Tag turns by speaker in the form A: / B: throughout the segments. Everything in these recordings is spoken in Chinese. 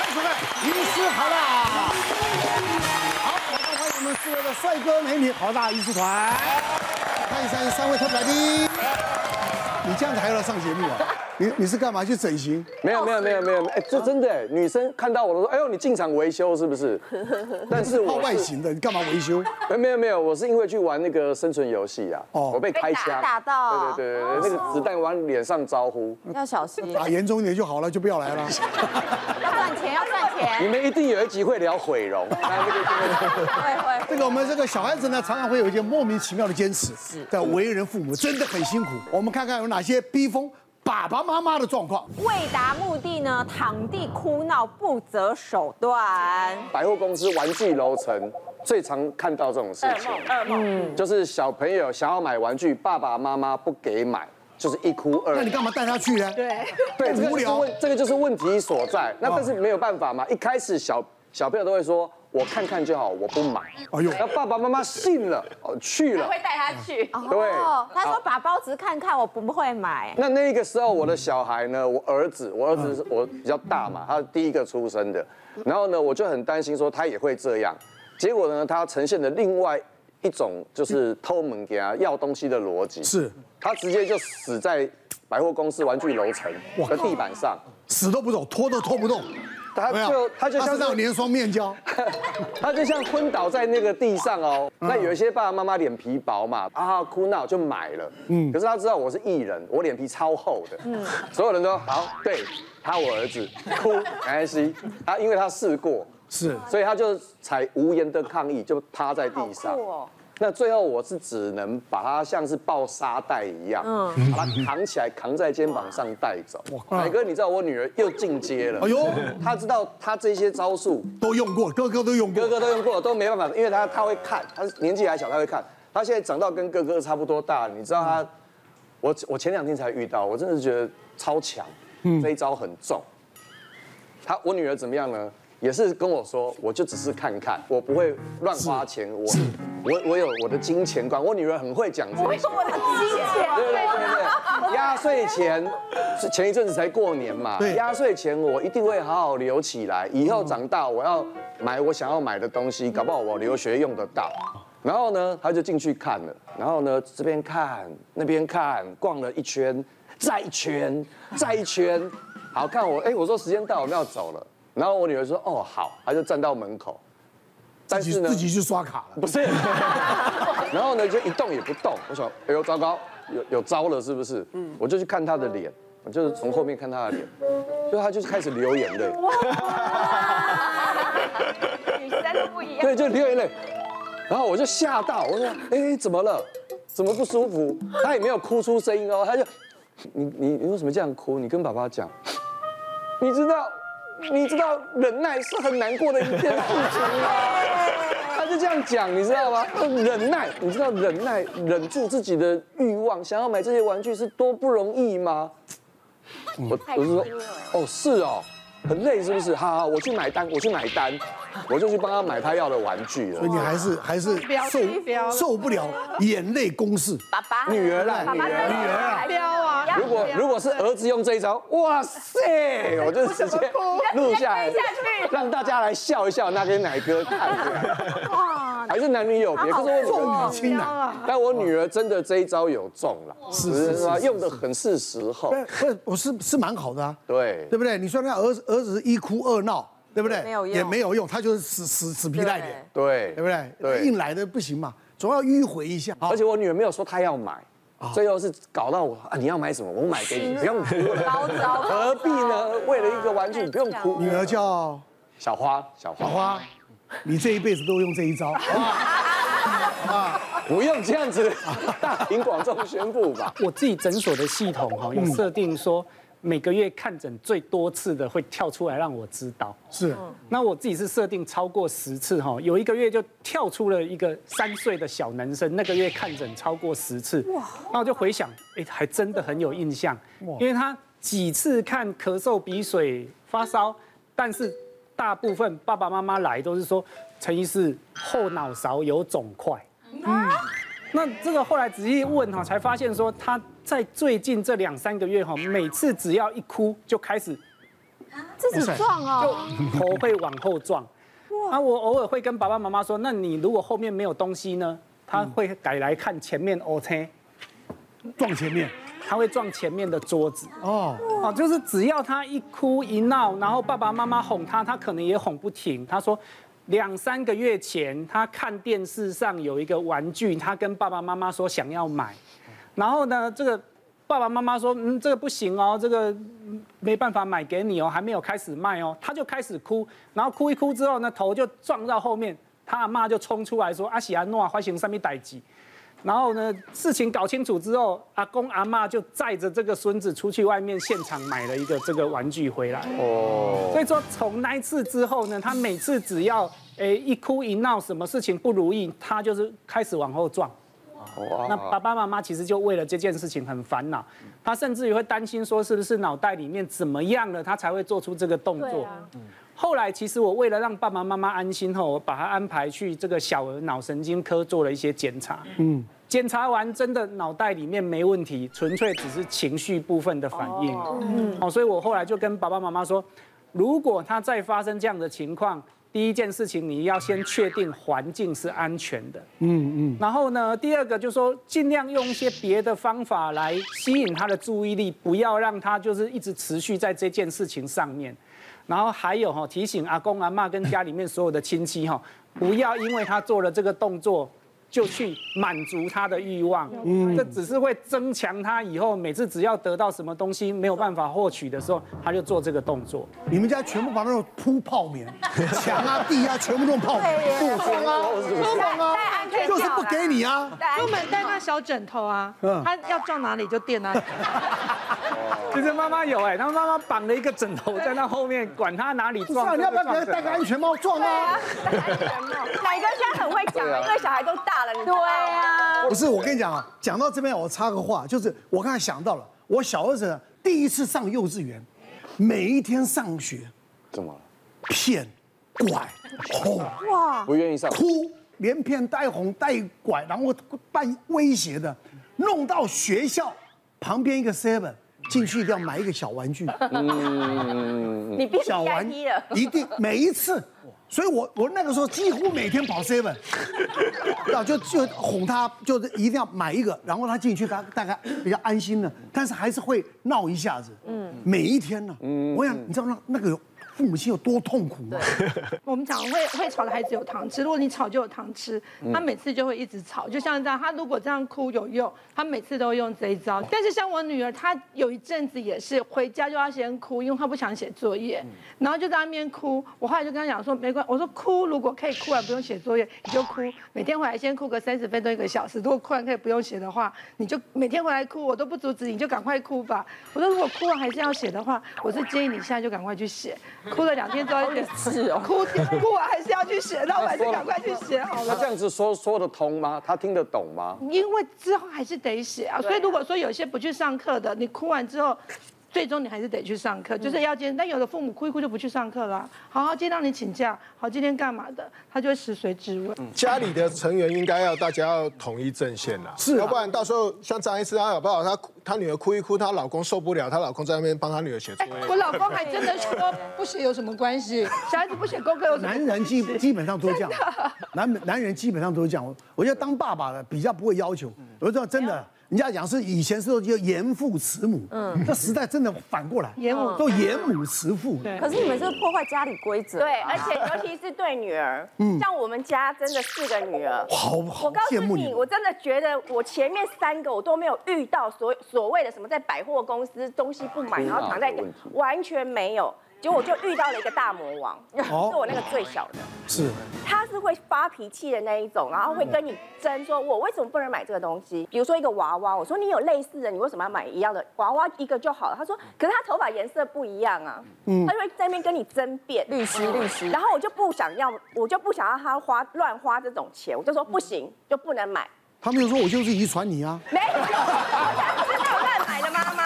A: 于师好啦！好，马上欢迎我们四位的帅哥美女好大于师团，看一下三位特别来宾。你这样子还要来上节目啊？你你是干嘛去整形？
B: 没有没有没有没有，哎，这真的哎，女生看到我都说，哎呦，你进厂维修是不是？ 但是
A: 靠
B: 我
A: 外
B: 是
A: 形的，你干嘛维修？
B: 哎没有没有，我是因为去玩那个生存游戏啊，
A: 哦
B: 我被开枪
C: 被打打到哦
B: 对对对对，那个子弹往脸上招呼，
C: 要小 心，
A: 打严重一点就好了，就不要 来了。
C: 要赚钱，要赚
B: 你
C: 钱，
B: 们一定有一集会聊毁 容，那这个就会
C: 会会。
A: 这个我们这个小孩子呢，常常会有一些莫名其妙的坚持，在为人父母真的很辛苦。我们看看有哪些逼疯爸爸妈妈的状况。
C: 为达目的呢，躺地哭闹，不择手段。
B: 百货公司玩具楼层最常看到这种事情，
C: 噩梦，
B: 就是小朋友想要买玩具，爸爸妈妈不给买，就是一哭二
A: 那
B: 闹
A: 你。干嘛带他去呢？
C: 对，
B: 对，这个
A: 无
B: 就是
A: 聊哦
B: 问，这个就是问题所在。那但是没有办法嘛，一开始小小朋友都会说。我看看就好，我不买。
A: 哎呦
B: 那爸爸妈妈信了，哦，去了。
D: 带他去。
B: 对
C: 他说把包子看看，我不会买。
B: 那那个时候，我的小孩呢，我儿子，我儿子
A: 嗯
B: 是我比较大嘛，他是第一个出生的。然后呢，我就很担心说他也会这样。结果呢，他呈现了另外一种就是偷门给他要东西的逻辑。
A: 是，
B: 他直接就死在百货公司玩具楼层的地板上。
A: 死都不走，拖都拖不动。
B: 他
A: 有没有
B: 就他就
A: 他
B: 像
A: 身上有粘霜面 胶，
B: 他就像昏倒在那个地上哦。那有一些爸爸妈妈脸皮薄嘛，啊哭闹就买了，嗯。可是他知道我是艺人，我脸皮超厚的，嗯。所有人都好，对他我儿子哭没关系，他因为他试过，
A: 是
B: 所以他就才无言的抗议，就趴在地上。
C: 哦
B: 那最后我是只能把他像是抱沙袋一样，嗯，把他扛起来，扛在肩膀上带走。海哥，你知道我女儿又进阶了，
A: 哎
B: 哎
A: 呦
B: 呦，她知道她这些招数
A: 都用过，哥哥都用过。
B: 哥哥都用过，都没办法，因为他他会看，他年纪还小，他会看。他现在长到跟哥哥差不多大，你知道他，我我前两天才遇到，我真的觉得超强，这一招很重。他我女儿怎么样呢？也是跟我说，我就只是看看，我不会乱花钱，我我我有我的金钱观，我女儿很会讲这些。
C: 我的金钱，
B: 对对对对，压岁钱是前一阵子才过年嘛
A: 对，
B: 压岁钱我一定会好好留起来，以后长大我要买我想要买的东西，搞不好我留学用得到。然后呢，他就进去看了，然后呢这边看那边看，逛了一圈，再一圈，再一圈，好看我哎，我说时间到，我们要走了。然后我女儿说哦好，她就站到门口，但
A: 自
B: 是
A: 己
B: 呢
A: 自己去刷卡了，
B: 不是。 然后呢，就一动也不动。我想，哎呦，糟糕，有有招了，是不是？嗯，我就去看他的脸，我就是从后面看他的脸，就他就开始流眼泪，
D: 女生都不一样。
B: 对，就流眼泪。然后我就吓到，我说，哎，怎么了？怎么不舒服？他也没有哭出声音哦，他就，你你你为什么这样哭？你跟爸爸讲，你知道。你知道忍耐是很难过的一件事情吗？他就这样讲，你知道吗？忍耐，你知道忍耐忍住自己的欲望，想要买这些玩具是多不容易吗？我我就说，哦，是哦，很累是不是？好好，我去买单，我去买单，我就去帮他买他要的玩具了
A: 所以。你还是还是受受不了眼泪攻势。
C: 爸爸，
B: 女儿啦，女儿啦。
D: 啊，标啊，
B: 如果如果是儿子用这一招，哇塞，我就直接录下来，让大家来笑一笑，拿给奶哥看。
C: 哇，
B: 还是男女有别，这是我女儿
A: 重女轻男，
B: 但我女儿真的这一招有中了，
A: 是是是
B: 吧？用的很是时候
A: 哎不。是不是，我是是蛮好的啊，
B: 对
A: 对不对？你说那儿子儿子一哭二闹，对不对？
C: 没有用
A: 也没有用，他就是死死死皮赖脸，
B: 对
A: 对不对？
B: 对
A: 硬来的不行嘛，总要迂回一下。好
B: 而且我女儿没有说她要买，最后是搞到我啊，你要买什么，我买给你，不用哭了。
C: 高招，
B: 何必呢？为了一个玩具，你不用哭。
A: 女儿叫
B: 小花，小
A: 小
B: 花，
A: 花，你这一辈子都用这一 招，好不好
B: 不用这样 子大庭广众宣布吧。
E: 我自己诊所的系统哈、有设定说，每个月看诊最多次的会跳出来让我知道。
A: 是
E: 那我自己是设定超过十次哈、有一个月就跳出了一个三岁的小男生，那个月看诊超过十次。哇！那我就回想，哎，还真的很有印象，因为他几次看咳嗽、鼻水、发烧，但是大部分爸爸妈妈来都是说，陈医师后脑勺有肿块。嗯那这个后来仔细问哈，才发现说他在最近这两三个月哈，每次只要一哭就开始
C: 自己撞
E: 就
C: 哦，
E: 头会往后撞。啊，我偶尔会跟爸爸妈妈说，那你如果后面没有东西呢，他会改来看前面 O K，
A: 撞前面
E: 他会撞前面的桌子。
A: 哦，
E: 哦，就是只要他一哭一闹，然后爸爸妈妈哄他，他可能也哄不停。他说，两三个月前他看电视上有一个玩具，他跟爸爸妈妈说想要买，然后呢，这个爸爸妈妈说，嗯，这个不行哦，这个嗯没办法买给你哦，还没有开始卖哦，他就开始哭，然后哭一哭之后呢，头就撞到后面，他阿妈就冲出来说，阿喜安诺啊，发生什么代志？然后呢，事情搞清楚之后，阿公阿妈就载着这个孙子出去外面现场买了一个这个玩具回来。
B: 哦，
E: 所以说，从那一次之后呢，他每次只要诶一哭一闹，什么事情不如意，他就是开始往后撞。那爸爸妈妈其实就为了这件事情很烦恼，他甚至于会担心说是不是脑袋里面怎么样了，他才会做出这个动
C: 对
E: 作
C: 啊。
E: 后来其实我为了让爸爸妈妈安心后，我把他安排去这个小儿脑神经科做了一些检查。嗯，检查完真的脑袋里面没问题，纯粹只是情绪部分的反应。嗯，哦，所以我后来就跟爸爸妈妈说，如果他再发生这样的情况。第一件事情，你要先确定环境是安全的。然后呢，第二个就是说，尽量用一些别的方法来吸引他的注意力，不要让他就是一直持续在这件事情上面。然后还有哈、提醒阿公阿妈跟家里面所有的亲戚哈、不要因为他做了这个动作。就去满足他的欲望，这只是会增强他以后每次只要得到什么东西没有办法获取的时候，他就做这个动作。
A: 你们家全部把那种铺泡 棉，墙啊地啊全部弄泡棉，
C: 对
A: 肚
C: 耶
A: 装啊，
D: 戴
A: 厨房啊
D: 戴，安全
A: 就是
D: 帽
A: 不
D: 啦
A: 给你啊，
D: 戴安
F: 出
D: 全嗯
F: 门带那小枕头啊，他要撞哪里就垫 哪里。
E: 其实妈妈有哎，他妈妈绑了一个枕头在那后面，管他哪里
A: 不是啊，
E: 撞。
A: 你要不要给他戴个安全帽撞啊？
D: 戴安全帽，
C: 奶哥现在很会
B: 啊
C: 讲，因为小孩都大了，你哦对啊，
A: 不是，我跟你讲啊，讲到这边我插个话，就是我刚才想到了，我小儿子第一次上幼稚园，每一天上学
B: 怎么了？
A: 骗、拐、哄、
B: 不愿意上？
A: 哭，连骗带哄带拐，然后半威胁的，弄到学校旁边一个 seven 进去一定要买一个小玩具，
B: 嗯
C: 你变
A: 小玩
C: VIP 了，
A: 一定每一次。所以我我那个时候几乎每天跑 seven，啊就就哄他，就是一定要买一个，然后他进去他大概比较安心了，但是还是会闹一下子。嗯，每一天呢，我想你知道那那个有父母亲有多痛苦吗？
F: 我们讲会会吵的孩子有糖吃，如果你吵就有糖吃，
D: 嗯
F: 他每次就会一直吵，就像这样，他如果这样哭有用，他每次都会用这一招。但是像我女儿，她有一阵子也是回家就要先哭，因为她不想写作业，
D: 嗯
F: 然后就在那边哭。我后来就跟她讲说，没关我说哭如果可以哭完不用写作业，你就哭，每天回来先哭个三十分钟一个小时，如果哭完可以不用写的话，你就每天回来哭，我都不阻止你，你就赶快哭吧。我说如果哭完还是要写的话，我是建议你现在就赶快去写，哭了两天之后就
C: 是哦。
F: 哭哭完还是要去写，那我还是赶快去写好
B: 他这
F: 了。
B: 样子说说得通吗？他听得懂吗？
F: 因为之后还是得写啊，所以如果说有些不去上课的，你哭完之后，最终你还是得去上课，就是要接。但有的父母哭一哭就不去上课了啊，好好今天让你请假，好今天干嘛的，他就会食髓知味。
G: 家里的成员应该要大家要统一阵线啦，是、要不然到时候像张医师，他搞不好她哭她女儿哭一哭，她老公受不了，她老公在那边帮她女儿
H: 哎
G: 写作业。
F: 我老公还真的说不写有什么关系， 小孩子不写功课有什么？
A: 男人基基本上都这样，男男人基本上都是这样。我我觉得当爸爸的比较不会要求，我说真的，人家讲是以前是说叫严父慈母，嗯，这时代真的反过来，
F: 严母
A: 都严母慈父，
C: 可是你们是破坏家里规则，
D: 对，而且尤其是对女儿，像我们家真的四个女儿，
A: 嗯好好
D: 我告诉
A: 羡慕
D: 你，
A: 你。
D: 我真的觉得我前面三个我都没有遇到所所谓的什么在百货公司东西不买，然后躺在
B: 天哪这个问题
D: 完全没有。结果我就遇到了一个大魔王，
A: 哦
D: 是我那个最小的，
A: 是，
D: 他是会发脾气的那一种，然后会跟你争，说我为什么不能买这个东西？比如说一个娃娃，我说你有类似的，你为什么要买一样的娃娃一个就好了？他说，可是他头发颜色不一样啊，
A: 嗯
D: 他就会在那边跟你争辩，
C: 律师律师
D: 然后我就不想要，我就不想要他花乱花这种钱，我就说不行，就不能买。
A: 他们就说我就是遗传你啊，
D: 没有，我才不是那种乱买的妈妈。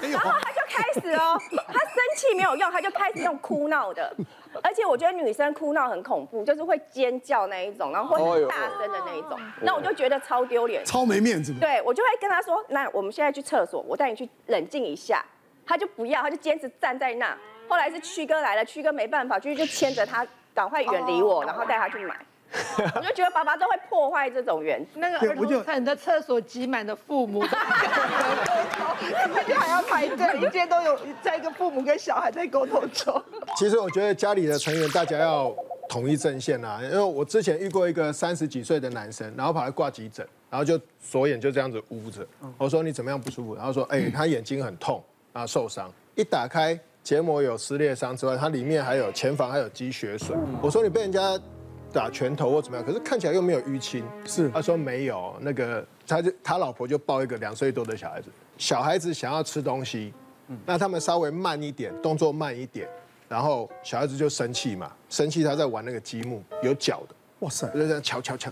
A: 没有
D: 然后他就开始哦，他生气没有用，他就开始用哭闹的。而且我觉得女生哭闹很恐怖，就是会尖叫那一种，然后会很大声的那一种。那我就觉得超丢脸。
A: 超没面子的。
D: 对，我就会跟他说：“那我们现在去厕所，我带你去冷静一下。”他就不要，他就坚持站在那。后来是曲哥来了，曲哥没办法，就是就牵着他赶快远离我，然后带他去买。 我就觉得爸爸都会破坏这种原则。
F: 那个
A: 对
F: 儿
A: 我就
F: 童层的厕所挤满了父母，
H: 就还要排队，一切都有在一个父母跟小孩在沟通中。
G: 其实我觉得家里的成员大家要统一阵线啊，因为我之前遇过一个三十几岁的男生，然后跑来挂急诊，然后就左眼就这样子捂着。我说你怎么样不舒服？然后说哎、他眼睛很痛啊，受伤。一打开结膜有撕裂伤之外，它里面还有前房还有积血水。我说你被人家打拳头或怎么样，可是看起来又没有淤青。
A: 是
G: 他说没有，那个他就他老婆就抱一个两岁多的小孩子，小孩子想要吃东西，那他们稍微慢一点，动作慢一点，然后小孩子就生气嘛，生气他在玩那个积木，有脚的，
A: 哇塞，
G: 就这样敲敲敲，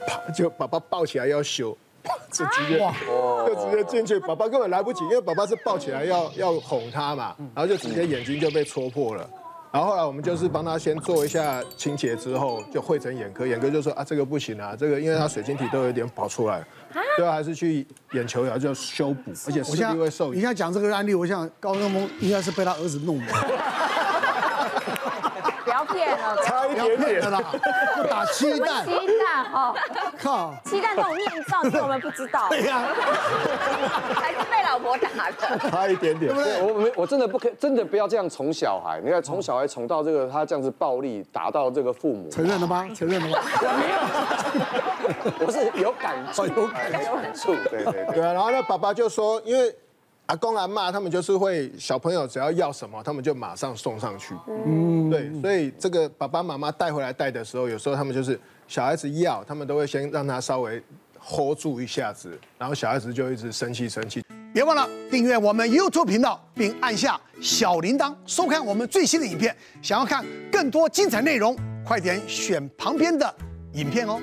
G: 啪就把爸抱起来要修。就直接，就直接进去，爸爸根本来不及，因为爸爸是抱起来要要哄他嘛，然后就直接眼睛就被戳破了。然后后来我们就是帮他先做一下清洁，之后就会诊眼科，眼科就说啊这个不行啊，这个因为他水晶体都有点跑出来，最后还是去眼球要就修补，而且
A: 我
G: 视
A: 现在
G: 力会受
A: 你
G: 影响。
A: 现在讲这个案例，我想高登峰应该是被他儿子弄的，
C: 不要骗了，
G: 差一
A: 不要骗了啦，就打 鸡蛋，
C: 鸡蛋哦，
A: 靠，
C: 鸡蛋这种面罩，其实我们不知 道。
A: 对呀，
D: 还是被老婆打的。
G: 差 一点点，
B: 对我没我真的不可以真的不要这样宠小孩，你看宠小孩宠到这个他这样子暴力打到这个父母，
A: 承认了吗？承认了吗？
B: 我是有感触，哦有感触，对对对。
G: 对啊，然后那爸爸就说，因为阿公阿妈他们就是会小朋友只要要什么，他们就马上送上去。嗯，对，所以这个爸爸妈妈带回来带的时候，有时候他们就是小孩子要，他们都会先让他稍微 hold 住一下子，然后小孩子就一直生气生气。
A: 别忘了订阅我们 YouTube 频道，并按下小铃铛，收看我们最新的影片。想要看更多精彩内容，快点选旁边的影片哦。